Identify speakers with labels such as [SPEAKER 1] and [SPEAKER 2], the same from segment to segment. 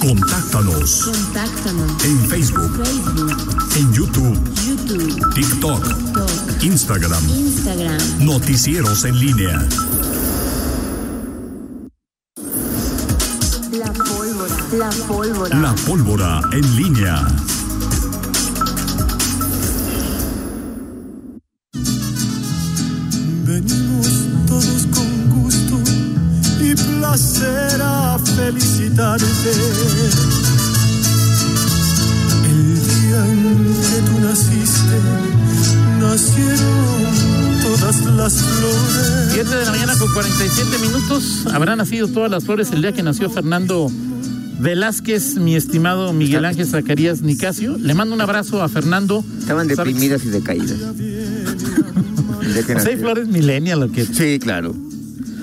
[SPEAKER 1] Contáctanos
[SPEAKER 2] Contáctanos.
[SPEAKER 1] en Facebook,
[SPEAKER 2] Facebook,
[SPEAKER 1] en YouTube,
[SPEAKER 2] YouTube,
[SPEAKER 1] TikTok,
[SPEAKER 2] TikTok,
[SPEAKER 1] Instagram,
[SPEAKER 2] Instagram.
[SPEAKER 1] Noticieros en línea.
[SPEAKER 2] La pólvora. La pólvora.
[SPEAKER 1] La pólvora en línea.
[SPEAKER 3] Venimos todos con gusto y placer a felicitarte. El día en que tú naciste, nacieron todas las flores.
[SPEAKER 4] 7 de la mañana con 47 minutos. Habrán nacido todas las flores el día que nació Fernando Velázquez, mi estimado Miguel Ángel Zacarías Nicasio. Le mando un abrazo a Fernando.
[SPEAKER 5] Estaban
[SPEAKER 4] ¿Sabes? Pues
[SPEAKER 5] deprimidas y decaídas. De que
[SPEAKER 4] O sea, hay
[SPEAKER 5] nació.
[SPEAKER 4] flores millennial lo que.
[SPEAKER 5] Sí, claro,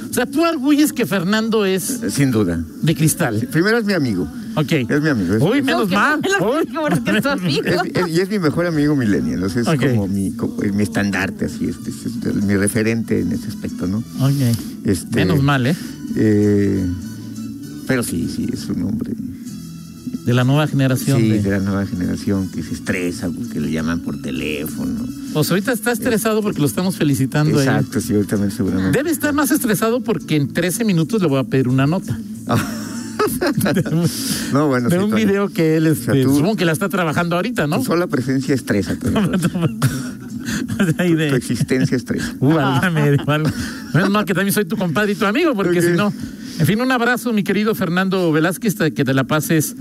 [SPEAKER 4] O sea, tú arguyes que Fernando es
[SPEAKER 5] sin duda.
[SPEAKER 4] de cristal.
[SPEAKER 5] Primero es mi amigo.
[SPEAKER 4] Ok.
[SPEAKER 5] Es mi amigo, es-
[SPEAKER 4] Uy, menos mal. Uy.
[SPEAKER 5] Es- es- y es mi mejor amigo millennial, ¿no? es
[SPEAKER 4] Ok.
[SPEAKER 5] como mi, como eh, mi estandarte, así, este, es, este, mi referente en ese aspecto, ¿no?
[SPEAKER 4] Ok.
[SPEAKER 5] Este,
[SPEAKER 4] Menos mal, ¿eh?
[SPEAKER 5] eh, pero sí, sí, es un hombre.
[SPEAKER 4] De la nueva generación.
[SPEAKER 5] Sí,
[SPEAKER 4] de-
[SPEAKER 5] de la nueva generación que se estresa porque le llaman por teléfono.
[SPEAKER 4] Pues ahorita está estresado porque lo estamos felicitando ahí.
[SPEAKER 5] Exacto, sí, ahorita también seguramente.
[SPEAKER 4] Debe estar más estresado porque en 13 minutos le voy a pedir una nota.
[SPEAKER 5] No, bueno,
[SPEAKER 4] de
[SPEAKER 5] sí,
[SPEAKER 4] un
[SPEAKER 5] Toño.
[SPEAKER 4] video que él,
[SPEAKER 5] sea,
[SPEAKER 4] este,
[SPEAKER 5] tú-
[SPEAKER 4] supongo que la está trabajando ahorita, ¿no?
[SPEAKER 5] Tu sola presencia estresa, Toño.
[SPEAKER 4] Ahí
[SPEAKER 5] Tu
[SPEAKER 4] de...
[SPEAKER 5] existencia estresa.
[SPEAKER 4] Uh, válgame, de- válgame. Menos mal que también soy tu compadre y tu amigo, porque
[SPEAKER 5] Ok.
[SPEAKER 4] si no... En fin, un abrazo, mi querido Fernando Velázquez, te- que te la pases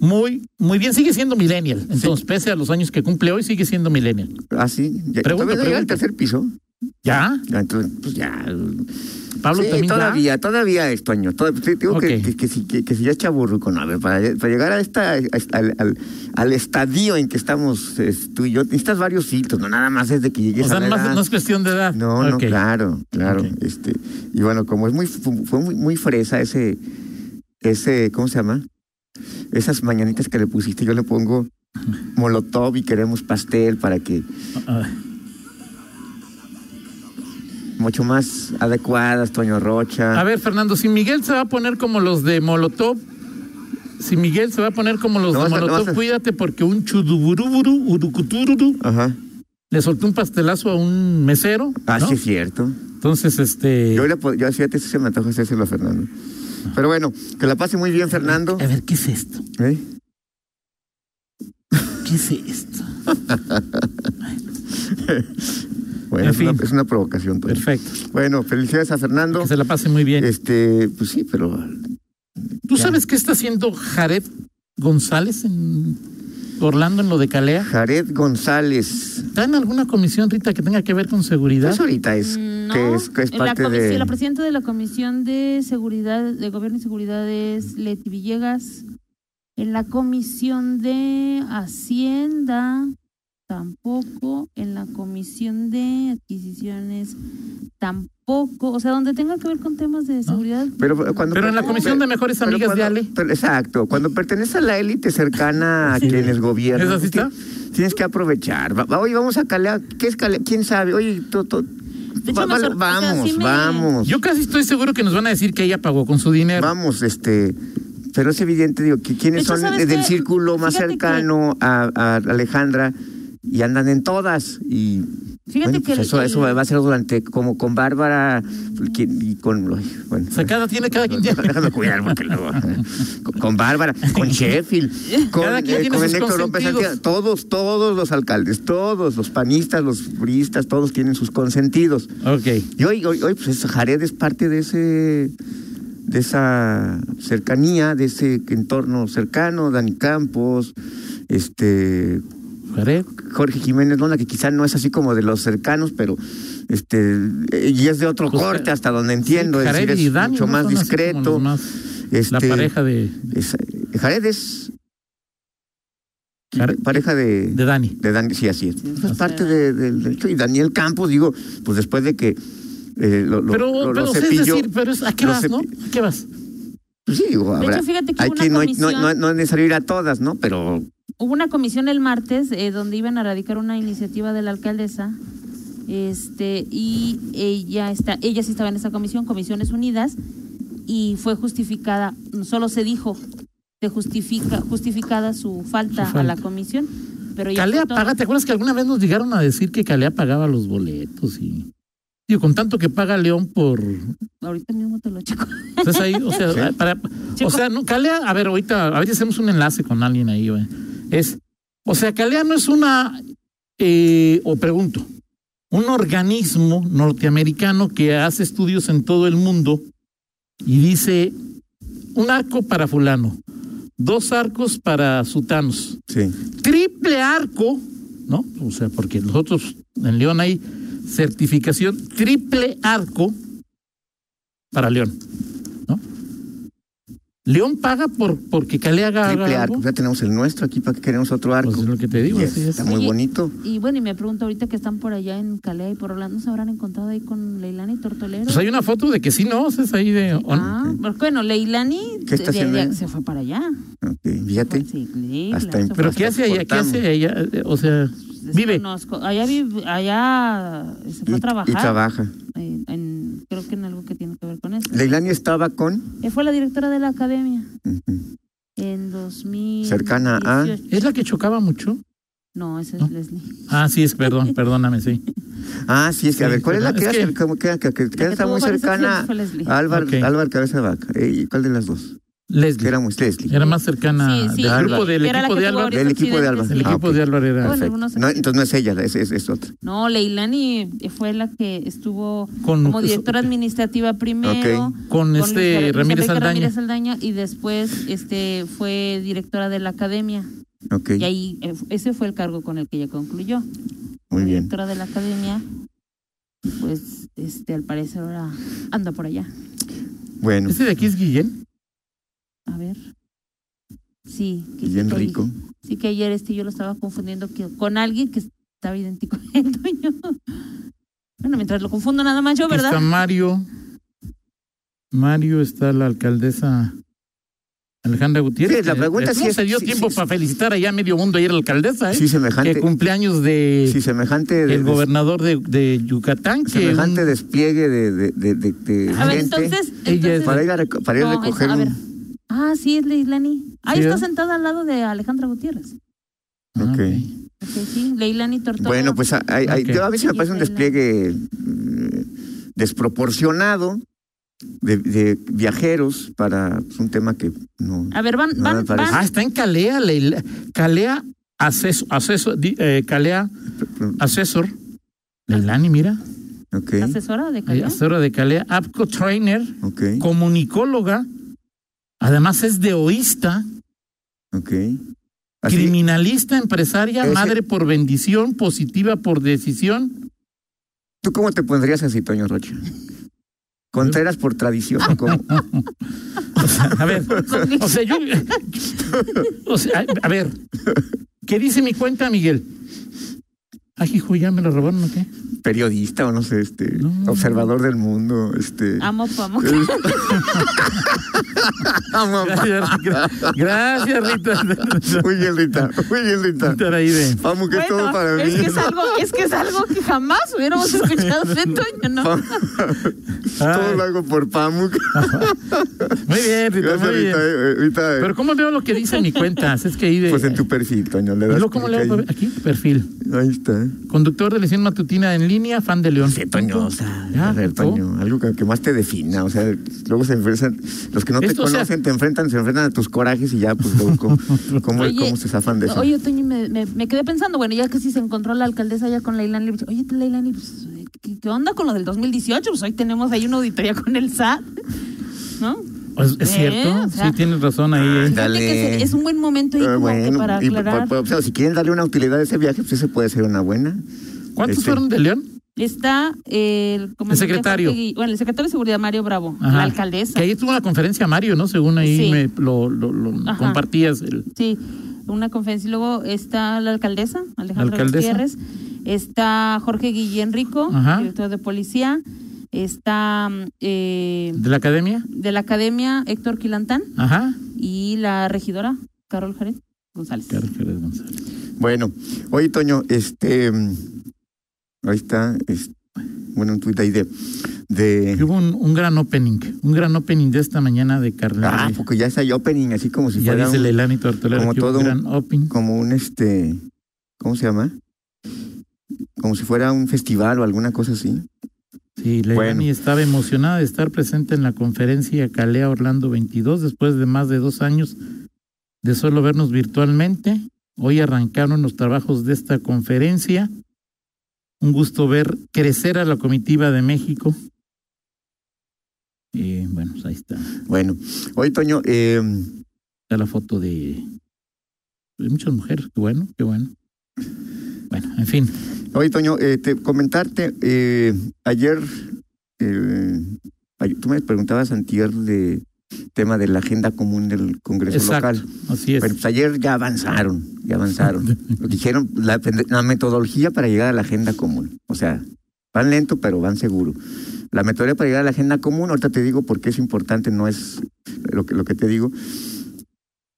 [SPEAKER 4] muy, muy bien. Sigue siendo millennial, entonces, pese a los años que cumple hoy, sigue siendo millennial.
[SPEAKER 5] Ah, sí. Ya,
[SPEAKER 4] Pregunta,
[SPEAKER 5] ¿Todavía no llega al
[SPEAKER 4] pregunta.
[SPEAKER 5] tercer piso?
[SPEAKER 4] ¿Ya?
[SPEAKER 5] Ya, Entonces, pues ya.
[SPEAKER 4] Pablo
[SPEAKER 5] sí,
[SPEAKER 4] también ya.
[SPEAKER 5] todavía, todavía es Toño. Todavía, te digo que-
[SPEAKER 4] Ok.
[SPEAKER 5] que, que, si- que, que si ya chaburruco, no, a ver, para, para llegar a esta, a- al, al, al estadio en que estamos es, tú y yo, necesitas varios hitos, no nada más es de que llegues
[SPEAKER 4] O sea,
[SPEAKER 5] a la
[SPEAKER 4] más-
[SPEAKER 5] edad.
[SPEAKER 4] no es cuestión de edad.
[SPEAKER 5] No, no,
[SPEAKER 4] Ok.
[SPEAKER 5] claro, claro.
[SPEAKER 4] Ok.
[SPEAKER 5] Este, y bueno, como es muy, fu- fue muy, muy fresa ese, ese, ¿cómo se llama? Esas mañanitas que le pusiste, yo le pongo molotov y queremos pastel para que
[SPEAKER 4] Ah,
[SPEAKER 5] mucho más adecuadas, Toño Rocha.
[SPEAKER 4] A ver, Fernando, si Miguel se va a poner como los de Molotov, si Miguel se va a poner como los
[SPEAKER 5] No
[SPEAKER 4] de
[SPEAKER 5] vas a- no
[SPEAKER 4] Molotov,
[SPEAKER 5] vas a-
[SPEAKER 4] cuídate porque un chuduburuburu, urucutururu,
[SPEAKER 5] Ajá.
[SPEAKER 4] le soltó un pastelazo a un mesero.
[SPEAKER 5] Ah,
[SPEAKER 4] ¿Ah, ¿no?
[SPEAKER 5] sí, es cierto.
[SPEAKER 4] Entonces, este.
[SPEAKER 5] Yo, le, pod- yo fíjate, sí se me antoja hacérselo a Fernando. Pero bueno, que la pase muy bien, Fernando.
[SPEAKER 4] A ver, ¿qué es esto?
[SPEAKER 5] ¿Eh?
[SPEAKER 4] ¿Qué es esto?
[SPEAKER 5] Bueno,
[SPEAKER 4] En
[SPEAKER 5] es,
[SPEAKER 4] fin.
[SPEAKER 5] Una, es una provocación. Toño.
[SPEAKER 4] Perfecto.
[SPEAKER 5] Bueno, felicidades a Fernando.
[SPEAKER 4] Que se la pase muy bien.
[SPEAKER 5] Este, pues sí, pero
[SPEAKER 4] ¿Tú
[SPEAKER 5] ya.
[SPEAKER 4] sabes qué está haciendo Jared González en Orlando, en lo de Calea?
[SPEAKER 5] Jared González.
[SPEAKER 4] ¿Está en alguna comisión, Rita, que tenga que ver con seguridad?
[SPEAKER 5] Pues ahorita es que es, que es
[SPEAKER 6] Mm, la,
[SPEAKER 5] parte
[SPEAKER 6] comisión-
[SPEAKER 5] de.
[SPEAKER 6] la presidenta de la Comisión de Seguridad, de Gobierno y Seguridad es Leti Villegas. En la Comisión de Hacienda tampoco. En la Comisión de Adquisiciones tampoco. O sea, donde tenga que ver con temas de seguridad.
[SPEAKER 5] Pero, eh, cuando
[SPEAKER 4] Pero en la
[SPEAKER 5] pertenece-
[SPEAKER 4] comisión de mejores
[SPEAKER 5] pero
[SPEAKER 4] amigas de
[SPEAKER 5] cuando-
[SPEAKER 4] Ale.
[SPEAKER 5] pero- exacto, cuando pertenece a la élite cercana a quienes gobiernan,
[SPEAKER 4] ¿Es así
[SPEAKER 5] ti- tienes que aprovechar. Va- va- Oye, vamos a Calea, ¿qué es Calea? ¿Quién sabe? Oye, to- to-
[SPEAKER 6] hecho,
[SPEAKER 5] va-
[SPEAKER 6] me
[SPEAKER 5] va-
[SPEAKER 6] sor- o sea,
[SPEAKER 5] vamos,
[SPEAKER 6] sí me-
[SPEAKER 5] vamos,
[SPEAKER 4] Yo casi estoy seguro que nos van a decir que ella pagó con su dinero.
[SPEAKER 5] vamos, este. Pero es evidente, digo, que
[SPEAKER 6] De
[SPEAKER 5] quienes
[SPEAKER 6] hecho,
[SPEAKER 5] son
[SPEAKER 6] ¿sabes
[SPEAKER 5] del
[SPEAKER 6] qué?
[SPEAKER 5] círculo más
[SPEAKER 6] Fíjate que-
[SPEAKER 5] cercano a, a Alejandra y andan en todas y
[SPEAKER 6] Fíjate
[SPEAKER 5] Bueno,
[SPEAKER 6] que
[SPEAKER 5] pues
[SPEAKER 6] el-
[SPEAKER 5] eso,
[SPEAKER 6] el-
[SPEAKER 5] eso va a ser durante, como con Bárbara que- y con. ay, Bueno.
[SPEAKER 4] O sea, cada tiene, cada quien tiene.
[SPEAKER 5] Déjame cuidar porque luego. Con, con Bárbara, con Sheffield, con, eh,
[SPEAKER 4] Cada quien tiene
[SPEAKER 5] con
[SPEAKER 4] sus
[SPEAKER 5] Héctor López
[SPEAKER 4] consentidos.
[SPEAKER 5] Santiago, todos, todos los alcaldes, todos, los panistas, los puristas, todos tienen sus consentidos.
[SPEAKER 4] Ok.
[SPEAKER 5] Y hoy, hoy, hoy, pues es- Jared es parte de ese de esa cercanía, de ese entorno cercano, Dani Campos, este
[SPEAKER 4] Jared.
[SPEAKER 5] Jorge Jiménez Lona, que quizá no es así como de los cercanos, pero este eh, y es de otro
[SPEAKER 4] Pues,
[SPEAKER 5] corte hasta donde entiendo,
[SPEAKER 4] Sí,
[SPEAKER 5] es
[SPEAKER 4] Jared
[SPEAKER 5] decir,
[SPEAKER 4] y
[SPEAKER 5] es
[SPEAKER 4] Dani
[SPEAKER 5] mucho
[SPEAKER 4] no
[SPEAKER 5] más
[SPEAKER 4] son así como
[SPEAKER 5] discreto.
[SPEAKER 4] los más-
[SPEAKER 5] este,
[SPEAKER 4] La pareja de,
[SPEAKER 5] es- eh, Jared es
[SPEAKER 4] Jared-
[SPEAKER 5] pareja de,
[SPEAKER 4] de Dani.
[SPEAKER 5] de Dani, sí, así es. Es parte de- del del hecho. Y Daniel Campos, digo, pues después de que eh, lo, lo-
[SPEAKER 4] pero,
[SPEAKER 5] lo- lo
[SPEAKER 4] pero, o sea, es
[SPEAKER 5] cepilló.
[SPEAKER 4] decir, pero es- ¿a qué
[SPEAKER 5] lo
[SPEAKER 4] vas, no?
[SPEAKER 5] cepi-
[SPEAKER 4] ¿A qué vas?
[SPEAKER 5] Pues sí, digo, habrá-
[SPEAKER 6] hecho, fíjate que
[SPEAKER 5] hay
[SPEAKER 6] hubo una
[SPEAKER 5] que no, hay- no-
[SPEAKER 6] comisión-
[SPEAKER 5] no- no es necesario ir a todas, ¿no? Pero
[SPEAKER 6] Hubo una comisión el martes eh, donde iban a radicar una iniciativa de la alcaldesa. Este, y ella está, ella sí estaba en esa comisión, Comisiones Unidas, y fue justificada, solo se dijo, de justifica, justificada su falta,
[SPEAKER 4] falta.
[SPEAKER 6] a la comisión. Pero ya
[SPEAKER 4] Calea
[SPEAKER 6] fue todo.
[SPEAKER 4] paga, ¿te acuerdas que alguna vez nos llegaron a decir que Calea pagaba los boletos y digo, con tanto que paga León por
[SPEAKER 6] Ahorita mismo te lo checo.
[SPEAKER 4] entonces ahí, o sea,
[SPEAKER 5] Sí.
[SPEAKER 4] para o
[SPEAKER 6] Checo.
[SPEAKER 4] sea, no, Calea, a ver, ahorita a ver si hacemos un enlace con alguien ahí, güey. Es o sea, Calea no es una eh, o pregunto, un organismo norteamericano que hace estudios en todo el mundo y dice un arco para fulano, dos arcos para sutanos
[SPEAKER 5] Sí.
[SPEAKER 4] triple arco, ¿no? O sea, porque nosotros en León hay certificación triple arco para León, ¿no? León paga por porque Calea haga
[SPEAKER 5] Triple
[SPEAKER 4] haga
[SPEAKER 5] arco.
[SPEAKER 4] algo.
[SPEAKER 5] Ya tenemos el nuestro aquí para que queremos otro arco.
[SPEAKER 4] Pues es lo que te digo,
[SPEAKER 5] Yes,
[SPEAKER 4] así es.
[SPEAKER 5] Está muy
[SPEAKER 6] Oye.
[SPEAKER 5] bonito.
[SPEAKER 6] Y bueno, y me pregunto ahorita que están por allá en Calea y por Orlando, ¿se habrán encontrado ahí con Leilani Tortolero?
[SPEAKER 4] Pues hay una foto de que sí, no, es ahí de...
[SPEAKER 6] Ah, porque bueno, Leilani
[SPEAKER 5] ¿Qué está
[SPEAKER 6] de- de-
[SPEAKER 5] haciendo
[SPEAKER 6] de-
[SPEAKER 5] ella?
[SPEAKER 6] se fue para allá.
[SPEAKER 5] Ok, Fíjate.
[SPEAKER 6] Sí, sí,
[SPEAKER 5] Hasta
[SPEAKER 6] claro,
[SPEAKER 5] en-
[SPEAKER 6] se fue.
[SPEAKER 4] Pero ¿qué hace ella? ¿Qué hace ella? Eh, O sea, vive.
[SPEAKER 6] Desconozco. Allá, vive- allá se fue
[SPEAKER 5] Y,
[SPEAKER 6] a
[SPEAKER 5] y
[SPEAKER 6] trabajar.
[SPEAKER 5] trabaja.
[SPEAKER 6] eh, en- creo que en algo que tiene que ver con eso.
[SPEAKER 5] Leilani estaba con.
[SPEAKER 6] Eh, fue la directora de la academia
[SPEAKER 5] Ujú.
[SPEAKER 6] en 2000.
[SPEAKER 5] Cercana a-
[SPEAKER 4] ¿Es la que chocaba mucho?
[SPEAKER 6] No, esa es
[SPEAKER 4] ¿No?
[SPEAKER 6] Leslie.
[SPEAKER 4] Ah, sí, es, perdón, perdóname, sí.
[SPEAKER 5] Ah, sí, es que. a
[SPEAKER 4] Sí,
[SPEAKER 5] ver, ¿cuál es la
[SPEAKER 4] ¿verdad?
[SPEAKER 5] que,
[SPEAKER 4] Es
[SPEAKER 5] era
[SPEAKER 4] que-
[SPEAKER 5] cerca- que, que- que- que
[SPEAKER 6] La que
[SPEAKER 5] está
[SPEAKER 6] tuvo
[SPEAKER 5] muy
[SPEAKER 6] varias
[SPEAKER 5] cercana
[SPEAKER 6] acciones fue Leslie.
[SPEAKER 5] a Álvaro,
[SPEAKER 4] Ok.
[SPEAKER 5] Álvaro Cabeza de Vaca? Eh, ¿Cuál de las dos? Que
[SPEAKER 4] Leslie. Era,
[SPEAKER 5] éramos Leslie.
[SPEAKER 4] más cercana
[SPEAKER 6] Sí, sí.
[SPEAKER 4] del grupo del
[SPEAKER 6] Era la
[SPEAKER 4] equipo
[SPEAKER 6] que tuvo Pues,
[SPEAKER 4] de Álvaro.
[SPEAKER 6] ahorita
[SPEAKER 5] Del equipo de
[SPEAKER 6] accidentes.
[SPEAKER 5] Álvaro.
[SPEAKER 4] El
[SPEAKER 5] Ah,
[SPEAKER 4] equipo
[SPEAKER 5] ok.
[SPEAKER 4] de Álvaro era...
[SPEAKER 6] Bueno,
[SPEAKER 5] Perfecto.
[SPEAKER 6] algunos-
[SPEAKER 5] No, entonces no es ella, es, es, es otra.
[SPEAKER 6] No, Leilani fue la que estuvo
[SPEAKER 4] Con-
[SPEAKER 6] como directora administrativa primero.
[SPEAKER 5] Ok.
[SPEAKER 4] pues, Con
[SPEAKER 6] Luis
[SPEAKER 4] este
[SPEAKER 6] Enrique
[SPEAKER 4] Ramírez Aldaña.
[SPEAKER 6] Ramírez Aldaña, y después este fue directora de la academia.
[SPEAKER 5] Ok,
[SPEAKER 6] Y ahí eh, ese fue el cargo con el que ella concluyó.
[SPEAKER 5] muy bien.
[SPEAKER 6] Directora de la academia. Y pues este al parecer ahora anda por allá.
[SPEAKER 5] Bueno,
[SPEAKER 4] ¿Este de aquí es Guillén?
[SPEAKER 6] A ver. Sí, que-
[SPEAKER 5] y bien
[SPEAKER 6] que-
[SPEAKER 5] rico.
[SPEAKER 6] Sí que ayer este yo lo estaba confundiendo que- con alguien que estaba idéntico al dueño. Bueno, mientras lo confundo nada más yo, ¿verdad?
[SPEAKER 4] Está Mario. Mario está la alcaldesa Alejandra Gutiérrez.
[SPEAKER 5] Sí, la
[SPEAKER 4] que-
[SPEAKER 5] pregunta
[SPEAKER 4] que
[SPEAKER 5] sí es-
[SPEAKER 4] se dio
[SPEAKER 5] sí,
[SPEAKER 4] tiempo
[SPEAKER 5] sí,
[SPEAKER 4] para felicitar allá a medio mundo ayer a la alcaldesa, ¿eh?
[SPEAKER 5] Sí,
[SPEAKER 4] que
[SPEAKER 5] semejante.
[SPEAKER 4] cumpleaños de
[SPEAKER 5] Sí, semejante. de-
[SPEAKER 4] el gobernador de, de Yucatán, que
[SPEAKER 5] semejante
[SPEAKER 4] un-
[SPEAKER 5] despliegue de, de, de, de- de
[SPEAKER 6] A ver,
[SPEAKER 5] gente
[SPEAKER 6] entonces,
[SPEAKER 4] Ella es-
[SPEAKER 6] entonces
[SPEAKER 5] para ir a, reco- para ir a
[SPEAKER 6] No,
[SPEAKER 5] recoger
[SPEAKER 6] esa, a
[SPEAKER 5] un-
[SPEAKER 6] ver. Ah, sí, es Leilani. Ahí
[SPEAKER 4] Sí,
[SPEAKER 6] está
[SPEAKER 4] ¿eh?
[SPEAKER 6] sentada al lado de Alejandra Gutiérrez.
[SPEAKER 4] Ah,
[SPEAKER 5] Ok.
[SPEAKER 4] ok.
[SPEAKER 6] Ok, sí, Leilani Tortona.
[SPEAKER 5] Bueno, pues a- hay- hay-
[SPEAKER 4] Ok.
[SPEAKER 5] yo a veces me parece un
[SPEAKER 6] Sí, es verdad.
[SPEAKER 5] despliegue eh, desproporcionado de, de viajeros para pues, un tema que no.
[SPEAKER 6] A ver, van,
[SPEAKER 5] No me
[SPEAKER 6] van,
[SPEAKER 5] parece.
[SPEAKER 4] Ah,
[SPEAKER 6] van.
[SPEAKER 4] está en Calea, Leila- Calea acceso, acceso, di- eh, Calea asesor. Leilani, mira,
[SPEAKER 5] Ok,
[SPEAKER 6] Asesora de
[SPEAKER 4] eh,
[SPEAKER 6] calidad.
[SPEAKER 4] asesora de Calea, APCO trainer,
[SPEAKER 5] ok,
[SPEAKER 4] comunicóloga, además es de oísta.
[SPEAKER 5] ok. Así-
[SPEAKER 4] Criminalista, empresaria,
[SPEAKER 5] Ese-
[SPEAKER 4] madre por bendición, positiva por decisión.
[SPEAKER 5] ¿Tú cómo te pondrías así, Toño Rocha? Contreras por tradición. ¿cómo?
[SPEAKER 4] O sea, a ver, o sea, yo. O sea, a ver, ¿qué dice mi cuenta, Miguel? Ah, hijo, ya me lo robaron, ¿o qué?
[SPEAKER 5] Periodista o no sé, este,
[SPEAKER 4] No.
[SPEAKER 5] observador del mundo, este.
[SPEAKER 6] Amo, amo.
[SPEAKER 4] Gracias, Rita. gracias Rita.
[SPEAKER 5] Muy bien, Rita. Muy bien, Rita.
[SPEAKER 4] Estar ahí de.
[SPEAKER 5] Vamos, que es todo para mí.
[SPEAKER 6] es que es algo, es que es algo que jamás hubiéramos escuchado de Toño, ¿no?
[SPEAKER 5] Todo lo
[SPEAKER 4] Ay,
[SPEAKER 5] hago por Pamuk.
[SPEAKER 4] muy bien, Rita,
[SPEAKER 5] Gracias,
[SPEAKER 4] muy bien.
[SPEAKER 5] Rita. eh, eh, Rita, eh,
[SPEAKER 4] Pero ¿cómo veo lo que dice mi cuenta? Es que ahí de.
[SPEAKER 5] pues en tu perfil, Toño. Le
[SPEAKER 4] ¿Y
[SPEAKER 5] das
[SPEAKER 4] pues luego cómo
[SPEAKER 5] clic
[SPEAKER 4] leo?
[SPEAKER 5] ahí.
[SPEAKER 4] Aquí, perfil.
[SPEAKER 5] Ahí está.
[SPEAKER 4] Conductor de lesión matutina en línea, fan de León.
[SPEAKER 5] Sí, Toño, o sea,
[SPEAKER 4] Ya, Oh,
[SPEAKER 5] a ver,
[SPEAKER 4] ¿no?
[SPEAKER 5] Toño, algo que, que más te defina, o sea, luego se enfrentan, los que no te
[SPEAKER 4] Esto, o sea-
[SPEAKER 5] conocen te enfrentan, se enfrentan a tus corajes y ya, pues, luego, ¿cómo, cómo,
[SPEAKER 6] Oye,
[SPEAKER 5] cómo se zafan de eso?
[SPEAKER 6] Oye, Toño, me, me, me quedé pensando, bueno, ya que si se encontró la alcaldesa ya con Leilani, pues, oye, Leilani, pues, ¿qué, qué onda con lo del 2018? Pues hoy tenemos ahí una auditoría con el SAT, ¿no?
[SPEAKER 4] Pues, es
[SPEAKER 6] ¿Eh?
[SPEAKER 4] cierto,
[SPEAKER 6] O sea-
[SPEAKER 4] sí tienes razón ahí.
[SPEAKER 5] Dale.
[SPEAKER 6] Fíjate que se- es un buen momento ahí
[SPEAKER 5] Eh,
[SPEAKER 6] como que
[SPEAKER 5] bueno,
[SPEAKER 6] para
[SPEAKER 5] y pa-
[SPEAKER 6] aclarar.
[SPEAKER 5] pa- o sea, si quieren darle una utilidad a ese viaje, pues ese puede ser una buena.
[SPEAKER 4] ¿Cuántos
[SPEAKER 5] Este,
[SPEAKER 4] fueron de León?
[SPEAKER 6] Está el, comandante
[SPEAKER 4] secretario.
[SPEAKER 6] Jorge Gui- bueno, el secretario de seguridad Mario Bravo,
[SPEAKER 4] Ajá.
[SPEAKER 6] la alcaldesa.
[SPEAKER 4] Que ahí tuvo una conferencia Mario, ¿no? Según ahí
[SPEAKER 6] Sí.
[SPEAKER 4] me lo, lo- lo
[SPEAKER 6] Ajá.
[SPEAKER 4] compartías. el-
[SPEAKER 6] Sí, una conferencia. Y luego está la alcaldesa, Alejandra
[SPEAKER 4] alcaldesa.
[SPEAKER 6] Gutiérrez. Está Jorge Guillén Rico,
[SPEAKER 4] Ajá.
[SPEAKER 6] director de policía. Está mm, eh,
[SPEAKER 4] de la academia.
[SPEAKER 6] de la academia Héctor Quilantán
[SPEAKER 4] Ajá.
[SPEAKER 6] y la regidora Carol Jared González.
[SPEAKER 4] Carlos Pérez González.
[SPEAKER 5] Bueno, oye, Toño, este, mm, ahí está, es- bueno, un este, tuit ahí de, de...
[SPEAKER 4] Que Hubo un, un gran opening, un gran opening de esta mañana de Carla.
[SPEAKER 5] Ah, porque ya está ahí opening, así como si
[SPEAKER 4] ya
[SPEAKER 5] fuera
[SPEAKER 4] dice
[SPEAKER 5] un-
[SPEAKER 4] Leilani Tortolero
[SPEAKER 5] como
[SPEAKER 4] que hubo
[SPEAKER 5] todo
[SPEAKER 4] un
[SPEAKER 5] un-
[SPEAKER 4] gran opening.
[SPEAKER 5] como un este... ¿Cómo se llama? Como si fuera un festival o alguna cosa así.
[SPEAKER 4] Sí, Leilani
[SPEAKER 5] Bueno.
[SPEAKER 4] estaba emocionada de estar presente en la conferencia Calea Orlando 22 después de más de dos años de solo vernos virtualmente. Hoy arrancaron los trabajos de esta conferencia. Un gusto ver crecer a la comitiva de México. Y bueno, pues ahí está.
[SPEAKER 5] Bueno, hoy Toño, eh,
[SPEAKER 4] Está la foto de, de muchas mujeres. Qué bueno, qué bueno. Bueno, en fin.
[SPEAKER 5] hoy Toño, eh, te- comentarte, eh, ayer, eh, ay- tú me preguntabas antier de tema de la agenda común del Congreso
[SPEAKER 4] Exacto.
[SPEAKER 5] local.
[SPEAKER 4] Así es.
[SPEAKER 5] Pero pues, ayer ya avanzaron, ya avanzaron. Lo que hicieron, la, la metodología para llegar a la agenda común. O sea, van lento, pero van seguro. La metodología para llegar a la agenda común, ahorita te digo por qué es importante, no es lo que, lo que te digo,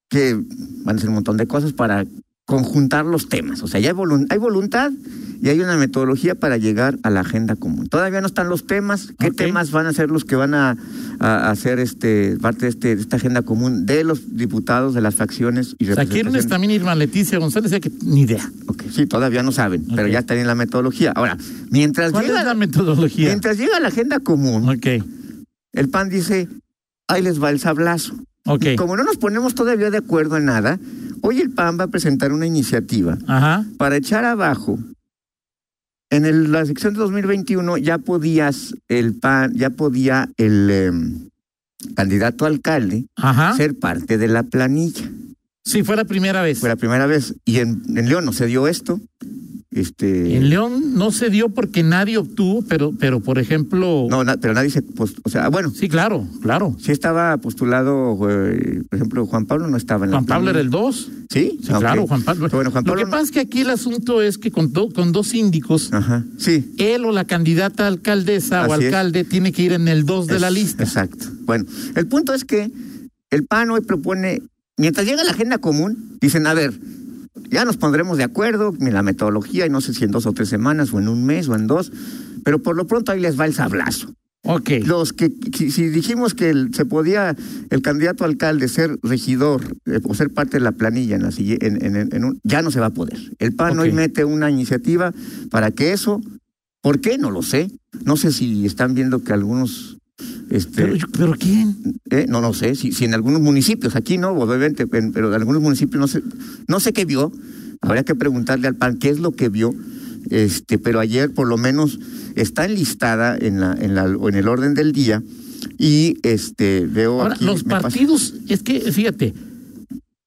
[SPEAKER 5] que van a ser un montón de cosas para conjuntar los temas. O sea, ya hay, volun- hay voluntad y hay una metodología para llegar a la agenda común. Todavía no están los temas. ¿Qué
[SPEAKER 4] Ok.
[SPEAKER 5] temas van a ser los que van a, a- a hacer este, parte de, este, de esta agenda común de los diputados, de las facciones y
[SPEAKER 4] O sea, aquí
[SPEAKER 5] representaciones?
[SPEAKER 4] lunes también Irma Leticia González, ya que ni idea.
[SPEAKER 5] Ok, Sí, todavía no saben, pero
[SPEAKER 4] Ok.
[SPEAKER 5] ya están en la metodología. Ahora, mientras
[SPEAKER 4] ¿Cuál
[SPEAKER 5] llega,
[SPEAKER 4] es la metodología?
[SPEAKER 5] mientras llega la agenda común,
[SPEAKER 4] Ok,
[SPEAKER 5] el PAN dice, ahí les va el sablazo.
[SPEAKER 4] ok.
[SPEAKER 5] Y como no nos ponemos todavía de acuerdo en nada, hoy el PAN va a presentar una iniciativa
[SPEAKER 4] Ajá.
[SPEAKER 5] para echar abajo. En el- la sección de 2021 ya podías el PAN, ya podía el em, candidato a alcalde
[SPEAKER 4] Ajá.
[SPEAKER 5] ser parte de la planilla.
[SPEAKER 4] Sí, fue la primera vez.
[SPEAKER 5] Fue la primera vez. Y en, en León no se dio esto. Este,
[SPEAKER 4] En León no se dio porque nadie obtuvo, pero, pero por ejemplo.
[SPEAKER 5] No, na- pero nadie se post- O sea, bueno,
[SPEAKER 4] Sí, claro, claro.
[SPEAKER 5] sí estaba postulado, eh, por ejemplo, Juan Pablo no estaba en la
[SPEAKER 4] Juan Pablo era
[SPEAKER 5] planilla.
[SPEAKER 4] el 2.
[SPEAKER 5] Sí,
[SPEAKER 4] Sí,
[SPEAKER 5] Ah, ok.
[SPEAKER 4] claro, Juan Pablo.
[SPEAKER 5] Bueno, Juan
[SPEAKER 4] Lo que
[SPEAKER 5] Pablo no-
[SPEAKER 4] pasa es que aquí el asunto es que con, do- con dos síndicos,
[SPEAKER 5] Ajá, sí.
[SPEAKER 4] él o la candidata a alcaldesa o
[SPEAKER 5] Así es.
[SPEAKER 4] alcalde tiene que ir en el 2 de la
[SPEAKER 5] Es-
[SPEAKER 4] lista.
[SPEAKER 5] Exacto. Bueno, el punto es que el PAN hoy propone, mientras llega la agenda común, dicen, a ver, ya nos pondremos de acuerdo en la metodología, y no sé si en dos o tres semanas, o en un mes, o en dos, pero por lo pronto ahí les va el sablazo.
[SPEAKER 4] Ok.
[SPEAKER 5] Los que, si, si dijimos que el- se podía el candidato a alcalde ser regidor eh, o ser parte de la planilla en la sille- en, en- en- en un, ya no se va a poder. El PAN hoy
[SPEAKER 4] Ok.
[SPEAKER 5] mete una iniciativa para que eso, ¿por qué? No lo sé. No sé si están viendo que algunos este,
[SPEAKER 4] Pero, pero ¿quién?
[SPEAKER 5] eh, no, no sé, si, si en algunos municipios, aquí no, obviamente, en- pero en algunos municipios no sé, no sé qué vio, habría que preguntarle al PAN qué es lo que vio, este, pero ayer por lo menos está enlistada en la, en la o en el orden del día, y este veo
[SPEAKER 4] Ahora,
[SPEAKER 5] aquí
[SPEAKER 4] los
[SPEAKER 5] me pasa-
[SPEAKER 4] partidos, es que, fíjate,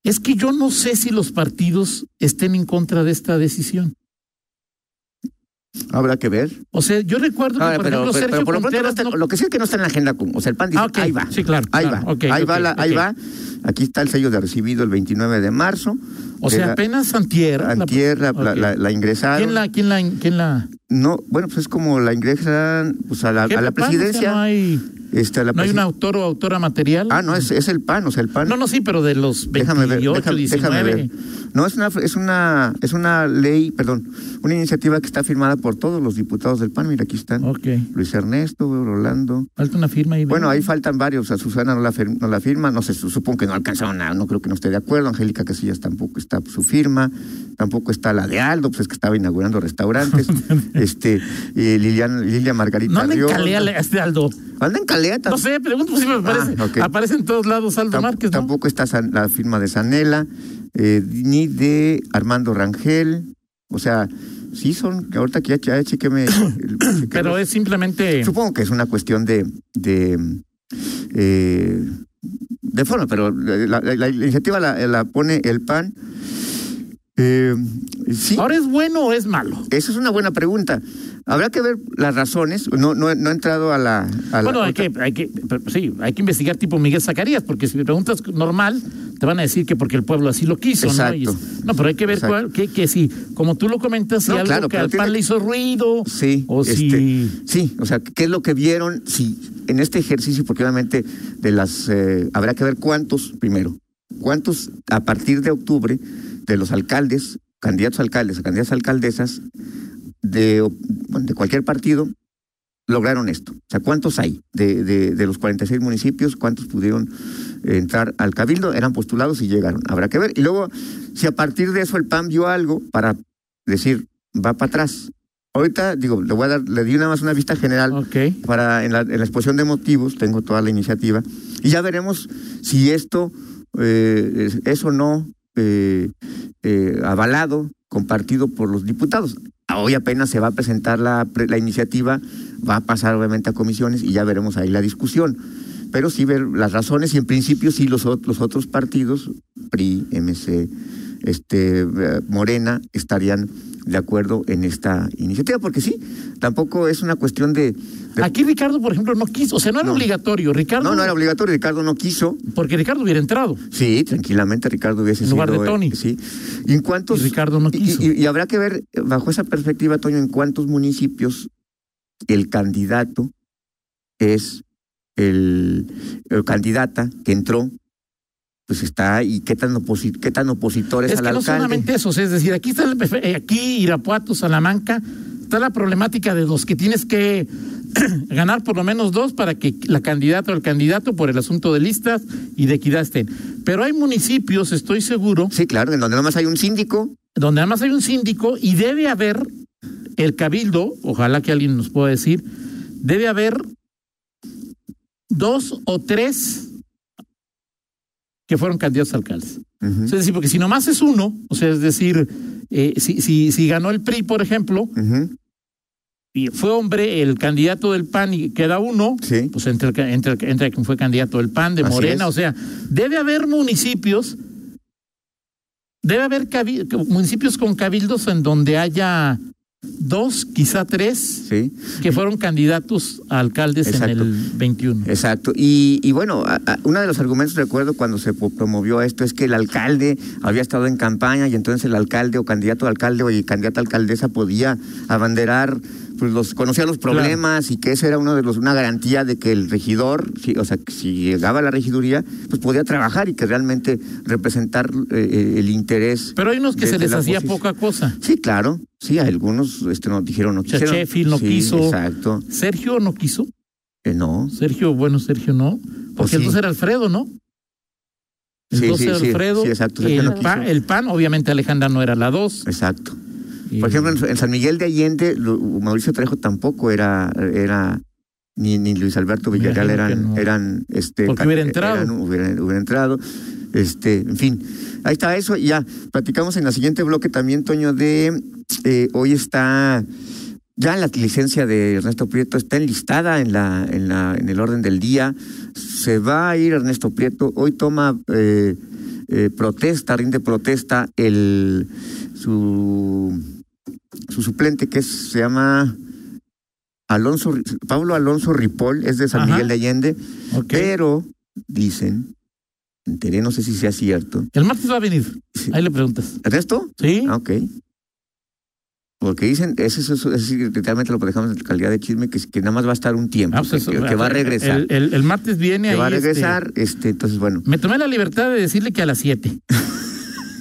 [SPEAKER 4] es que yo no sé si los partidos estén en contra de esta decisión.
[SPEAKER 5] habrá que ver.
[SPEAKER 4] O sea, yo recuerdo que,
[SPEAKER 5] Ahora,
[SPEAKER 4] por
[SPEAKER 5] Ah, pero,
[SPEAKER 4] ejemplo,
[SPEAKER 5] pero-
[SPEAKER 4] Sergio
[SPEAKER 5] pero por lo pronto no
[SPEAKER 4] Contreras
[SPEAKER 5] está-
[SPEAKER 4] no-
[SPEAKER 5] lo que sí es que no está en la agenda común. O sea, el PAN dice,
[SPEAKER 4] Ah, ok.
[SPEAKER 5] ahí va.
[SPEAKER 4] Sí, claro,
[SPEAKER 5] Ahí
[SPEAKER 4] claro.
[SPEAKER 5] va.
[SPEAKER 4] Ok,
[SPEAKER 5] ahí
[SPEAKER 4] ok,
[SPEAKER 5] va, la- ahí
[SPEAKER 4] ok.
[SPEAKER 5] va. Aquí está el sello de recibido el 29 de marzo.
[SPEAKER 4] O
[SPEAKER 5] de
[SPEAKER 4] sea,
[SPEAKER 5] la-
[SPEAKER 4] apenas antier. la-
[SPEAKER 5] Antier la, la-
[SPEAKER 4] Ok.
[SPEAKER 5] la- la ingresaron.
[SPEAKER 4] ¿Quién la, quién la, quién la?
[SPEAKER 5] No, bueno, pues es como la ingresan pues, a la,
[SPEAKER 4] ¿Qué
[SPEAKER 5] a la
[SPEAKER 4] pan? O sea,
[SPEAKER 5] presidencia.
[SPEAKER 4] no hay,
[SPEAKER 5] este, a la
[SPEAKER 4] no hay
[SPEAKER 5] presi-
[SPEAKER 4] un autor o autora material.
[SPEAKER 5] Ah, no, es, es el PAN, o sea, el PAN.
[SPEAKER 4] No, no, sí, pero de los 28,
[SPEAKER 5] déjame ver, déjame,
[SPEAKER 4] 19.
[SPEAKER 5] déjame ver. No, es una, es, una, es una ley, perdón, una iniciativa que está firmada por todos los diputados del PAN. Mira, aquí están.
[SPEAKER 4] Ok.
[SPEAKER 5] Luis Ernesto, Rolando.
[SPEAKER 4] Falta una firma ahí.
[SPEAKER 5] Bueno,
[SPEAKER 4] ¿verdad?
[SPEAKER 5] ahí faltan varios. A Susana no la, fir- no la firma. No sé, su- supongo que no alcanzaron nada. No creo que no esté de acuerdo. Angélica Casillas tampoco está su firma. Tampoco está la de Aldo, pues es que estaba inaugurando restaurantes. este, eh, Lilian, Lilia Margarita
[SPEAKER 4] No me
[SPEAKER 5] Río.
[SPEAKER 4] encalea le- este Aldo.
[SPEAKER 5] Anda en calea tam-
[SPEAKER 4] No sé, pregunto si me aparece.
[SPEAKER 5] Ah, ok.
[SPEAKER 4] Aparece en todos lados Aldo
[SPEAKER 5] tam-
[SPEAKER 4] Márquez. ¿no?
[SPEAKER 5] Tampoco está San- la firma de Sanela, eh, ni de Armando Rangel. O sea, sí son. Ahorita que ya, ya chequeme. el- chequemos.
[SPEAKER 4] Pero es simplemente.
[SPEAKER 5] Supongo que es una cuestión de. de. eh, de forma, pero la, la- la iniciativa la, la pone el PAN. Eh, sí.
[SPEAKER 4] ¿Ahora es bueno o es malo?
[SPEAKER 5] Esa es una buena pregunta. Habrá que ver las razones. No, no, he- no he entrado a la. a la-
[SPEAKER 4] Bueno, hay que, hay que, pero sí, hay que investigar tipo Miguel Zacarías, porque si me preguntas normal, te van a decir que porque el pueblo así lo quiso, ¿no? Y es-
[SPEAKER 5] Exacto.
[SPEAKER 4] no, pero hay que ver
[SPEAKER 5] Exacto.
[SPEAKER 4] cuál, que, que si, como tú lo comentas, si
[SPEAKER 5] No,
[SPEAKER 4] algo
[SPEAKER 5] claro,
[SPEAKER 4] que
[SPEAKER 5] pero
[SPEAKER 4] al
[SPEAKER 5] tiene
[SPEAKER 4] PAN
[SPEAKER 5] que-
[SPEAKER 4] le hizo ruido,
[SPEAKER 5] Sí,
[SPEAKER 4] o si...
[SPEAKER 5] este, sí, o sea, ¿qué es lo que vieron si en este ejercicio? Porque obviamente de las eh, habrá que ver cuántos primero, cuántos a partir de octubre de los alcaldes, candidatos a alcaldes, a candidatas a alcaldesas de, de cualquier partido lograron esto. O sea, ¿cuántos hay? De, de, de los 46 municipios, ¿cuántos pudieron entrar al cabildo? Eran postulados y llegaron. Habrá que ver. Y luego, si a partir de eso el PAN vio algo para decir, va para atrás. Ahorita, digo, le voy a dar, le di nada más una vista general
[SPEAKER 4] Ok.
[SPEAKER 5] para en la, en la exposición de motivos, tengo toda la iniciativa, y ya veremos si esto eh, es, es o no eh, eh, avalado, compartido por los diputados. Hoy apenas se va a presentar la, pre- la iniciativa, va a pasar obviamente a comisiones y ya veremos ahí la discusión. Pero sí ver las razones y en principio sí los, ot- los otros partidos, PRI, MC, este, eh, Morena, estarían de acuerdo en esta iniciativa, porque sí, tampoco es una cuestión de... de-
[SPEAKER 4] Aquí Ricardo, por ejemplo, no quiso, o sea, no era
[SPEAKER 5] No.
[SPEAKER 4] obligatorio. Ricardo,
[SPEAKER 5] no, no era obligatorio, Ricardo no quiso.
[SPEAKER 4] porque Ricardo hubiera entrado.
[SPEAKER 5] Sí, tranquilamente Ricardo hubiese
[SPEAKER 4] En
[SPEAKER 5] sido.
[SPEAKER 4] lugar de
[SPEAKER 5] eh,
[SPEAKER 4] Tony.
[SPEAKER 5] Sí. ¿Y en cuántos?
[SPEAKER 4] Y Ricardo no
[SPEAKER 5] y-
[SPEAKER 4] quiso.
[SPEAKER 5] Y, y habrá que ver, eh, bajo esa perspectiva, Toño, en cuántos municipios el candidato es el, el candidata que entró, pues está, y qué tan, oposi qué tan opositor es,
[SPEAKER 4] Es
[SPEAKER 5] al
[SPEAKER 4] que no
[SPEAKER 5] alcalde.
[SPEAKER 4] solamente eso, o sea, es decir, aquí está el PF, eh, aquí Irapuato, Salamanca, está la problemática de los que tienes que ganar por lo menos dos para que la candidata o el candidato por el asunto de listas y de equidad estén. Pero hay municipios, estoy seguro,
[SPEAKER 5] Sí, claro, en donde nomás hay un síndico.
[SPEAKER 4] donde además hay un síndico y debe haber el cabildo, ojalá que alguien nos pueda decir, debe haber dos o tres que fueron candidatos a alcaldes.
[SPEAKER 5] Ujú,
[SPEAKER 4] O sea, Es decir, porque si nomás es uno, o sea, es decir, eh, si, si, si ganó el PRI, por ejemplo,
[SPEAKER 5] ujú,
[SPEAKER 4] y fue hombre el candidato del PAN y queda uno,
[SPEAKER 5] Sí.
[SPEAKER 4] pues entre, el que- entre, el que- entre quien fue candidato del PAN, de
[SPEAKER 5] Así
[SPEAKER 4] Morena,
[SPEAKER 5] es.
[SPEAKER 4] o sea, debe haber municipios, debe haber cabi- municipios con cabildos en donde haya dos, quizá tres,
[SPEAKER 5] Sí.
[SPEAKER 4] que fueron candidatos a alcaldes
[SPEAKER 5] Exacto. Eh,
[SPEAKER 4] en el 21.
[SPEAKER 5] Exacto. Y, y bueno, a- a- uno de los argumentos, recuerdo, cuando se po- promovió esto es que el alcalde había estado en campaña y entonces el alcalde o candidato a alcalde o y candidata a alcaldesa podía abanderar, pues los, conocía los problemas y que esa era uno de los, una garantía de que el regidor, si- o sea, que si llegaba a la regiduría, pues podía trabajar y que realmente representar eh, eh, el interés.
[SPEAKER 4] Pero hay unos que se
[SPEAKER 5] desde
[SPEAKER 4] les
[SPEAKER 5] la
[SPEAKER 4] hacía
[SPEAKER 5] oposición.
[SPEAKER 4] poca cosa.
[SPEAKER 5] Sí, claro. Sí, algunos este, no dijeron no
[SPEAKER 4] sea,
[SPEAKER 5] quisieron.
[SPEAKER 4] Sheffield no
[SPEAKER 5] Sí,
[SPEAKER 4] quiso.
[SPEAKER 5] Exacto.
[SPEAKER 4] Sergio no quiso.
[SPEAKER 5] Eh, no.
[SPEAKER 4] Sergio, bueno, Sergio no,
[SPEAKER 5] Pues
[SPEAKER 4] porque
[SPEAKER 5] sí.
[SPEAKER 4] entonces era Alfredo, ¿no?
[SPEAKER 5] Sí,
[SPEAKER 4] Entonces
[SPEAKER 5] sí,
[SPEAKER 4] era
[SPEAKER 5] sí,
[SPEAKER 4] Alfredo,
[SPEAKER 5] sí, exacto,
[SPEAKER 4] el,
[SPEAKER 5] Sergio no
[SPEAKER 4] pan,
[SPEAKER 5] quiso.
[SPEAKER 4] el PAN, obviamente Alejandra no era la dos.
[SPEAKER 5] Exacto.
[SPEAKER 4] y-
[SPEAKER 5] Por ejemplo, en, en San Miguel de Allende, lo- Mauricio Trejo tampoco era, era ni, ni Luis Alberto
[SPEAKER 4] Me
[SPEAKER 5] Villarreal
[SPEAKER 4] imagino
[SPEAKER 5] eran,
[SPEAKER 4] que no.
[SPEAKER 5] eran, este,
[SPEAKER 4] Porque
[SPEAKER 5] ca-
[SPEAKER 4] hubiera entrado.
[SPEAKER 5] eran- hubiera, hubiera entrado. Este, en fin, ahí está eso. Y ya platicamos en el siguiente bloque también, Toño, de eh, hoy está ya la licencia de Ernesto Prieto está enlistada en la, en la, en el orden del día. Se va a ir Ernesto Prieto. Hoy toma eh, eh, protesta, rinde protesta el su, su suplente que es- se llama Alonso Ri- Pablo Alonso Ripoll, es de San
[SPEAKER 4] Ajá.
[SPEAKER 5] Miguel de Allende,
[SPEAKER 4] Ok.
[SPEAKER 5] pero dicen, me enteré, no sé si sea cierto.
[SPEAKER 4] El martes va a venir,
[SPEAKER 5] Sí.
[SPEAKER 4] ahí le preguntas.
[SPEAKER 5] ¿Ernesto?
[SPEAKER 4] ¿Sí?
[SPEAKER 5] Ah, ok. Porque dicen, eso es, eso es- literalmente lo dejamos en calidad de chisme, que, que nada más va a estar un tiempo,
[SPEAKER 4] Ah, pues
[SPEAKER 5] que,
[SPEAKER 4] eso-
[SPEAKER 5] que- que va a regresar.
[SPEAKER 4] El, el- el martes viene
[SPEAKER 5] que va a
[SPEAKER 4] ahí, este,
[SPEAKER 5] regresar, este, entonces bueno.
[SPEAKER 4] me tomé la libertad de decirle que a las 7.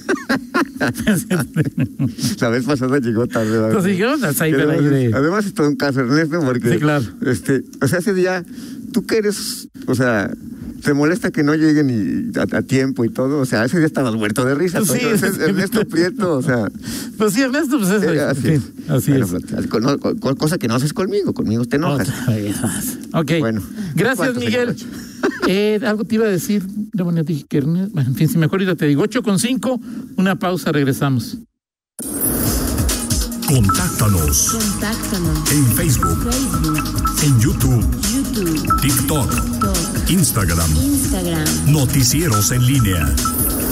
[SPEAKER 5] La vez pasada llegó tarde. ¿verdad?
[SPEAKER 4] Entonces yo, hasta ahí, pero ahí
[SPEAKER 5] además,
[SPEAKER 4] de-
[SPEAKER 5] además es todo un caso, Ernesto, porque.
[SPEAKER 4] Sí, claro.
[SPEAKER 5] Este, o sea, ese día, tú que eres. O sea, te molesta que no lleguen y, a, a tiempo y todo. O sea, ese día estabas muerto de risa.
[SPEAKER 4] Pues Sí,
[SPEAKER 5] entonces,
[SPEAKER 4] sí.
[SPEAKER 5] Ernesto Prieto, o sea.
[SPEAKER 4] Pues sí, Ernesto, pues eso.
[SPEAKER 5] eh,
[SPEAKER 4] es,
[SPEAKER 5] así
[SPEAKER 4] en
[SPEAKER 5] es.
[SPEAKER 4] fin, así
[SPEAKER 5] Bueno,
[SPEAKER 4] es.
[SPEAKER 5] pues, con- no, con- con- cosa que no haces conmigo, conmigo te enojas.
[SPEAKER 4] Otra vez. Ok.
[SPEAKER 5] Bueno.
[SPEAKER 4] Gracias,
[SPEAKER 5] ¿Cuánto, señor
[SPEAKER 4] Miguel. Eh, algo te iba a decir. No, bueno, dije que Ernesto- bueno, en fin, si me acuerdo, te digo. 8 con 5. Una pausa, regresamos.
[SPEAKER 1] Contáctanos
[SPEAKER 2] Contáctanos.
[SPEAKER 1] en Facebook,
[SPEAKER 2] Facebook,
[SPEAKER 1] en YouTube,
[SPEAKER 2] YouTube,
[SPEAKER 1] TikTok,
[SPEAKER 2] Talk,
[SPEAKER 1] Instagram,
[SPEAKER 2] Instagram.
[SPEAKER 1] Noticieros en línea.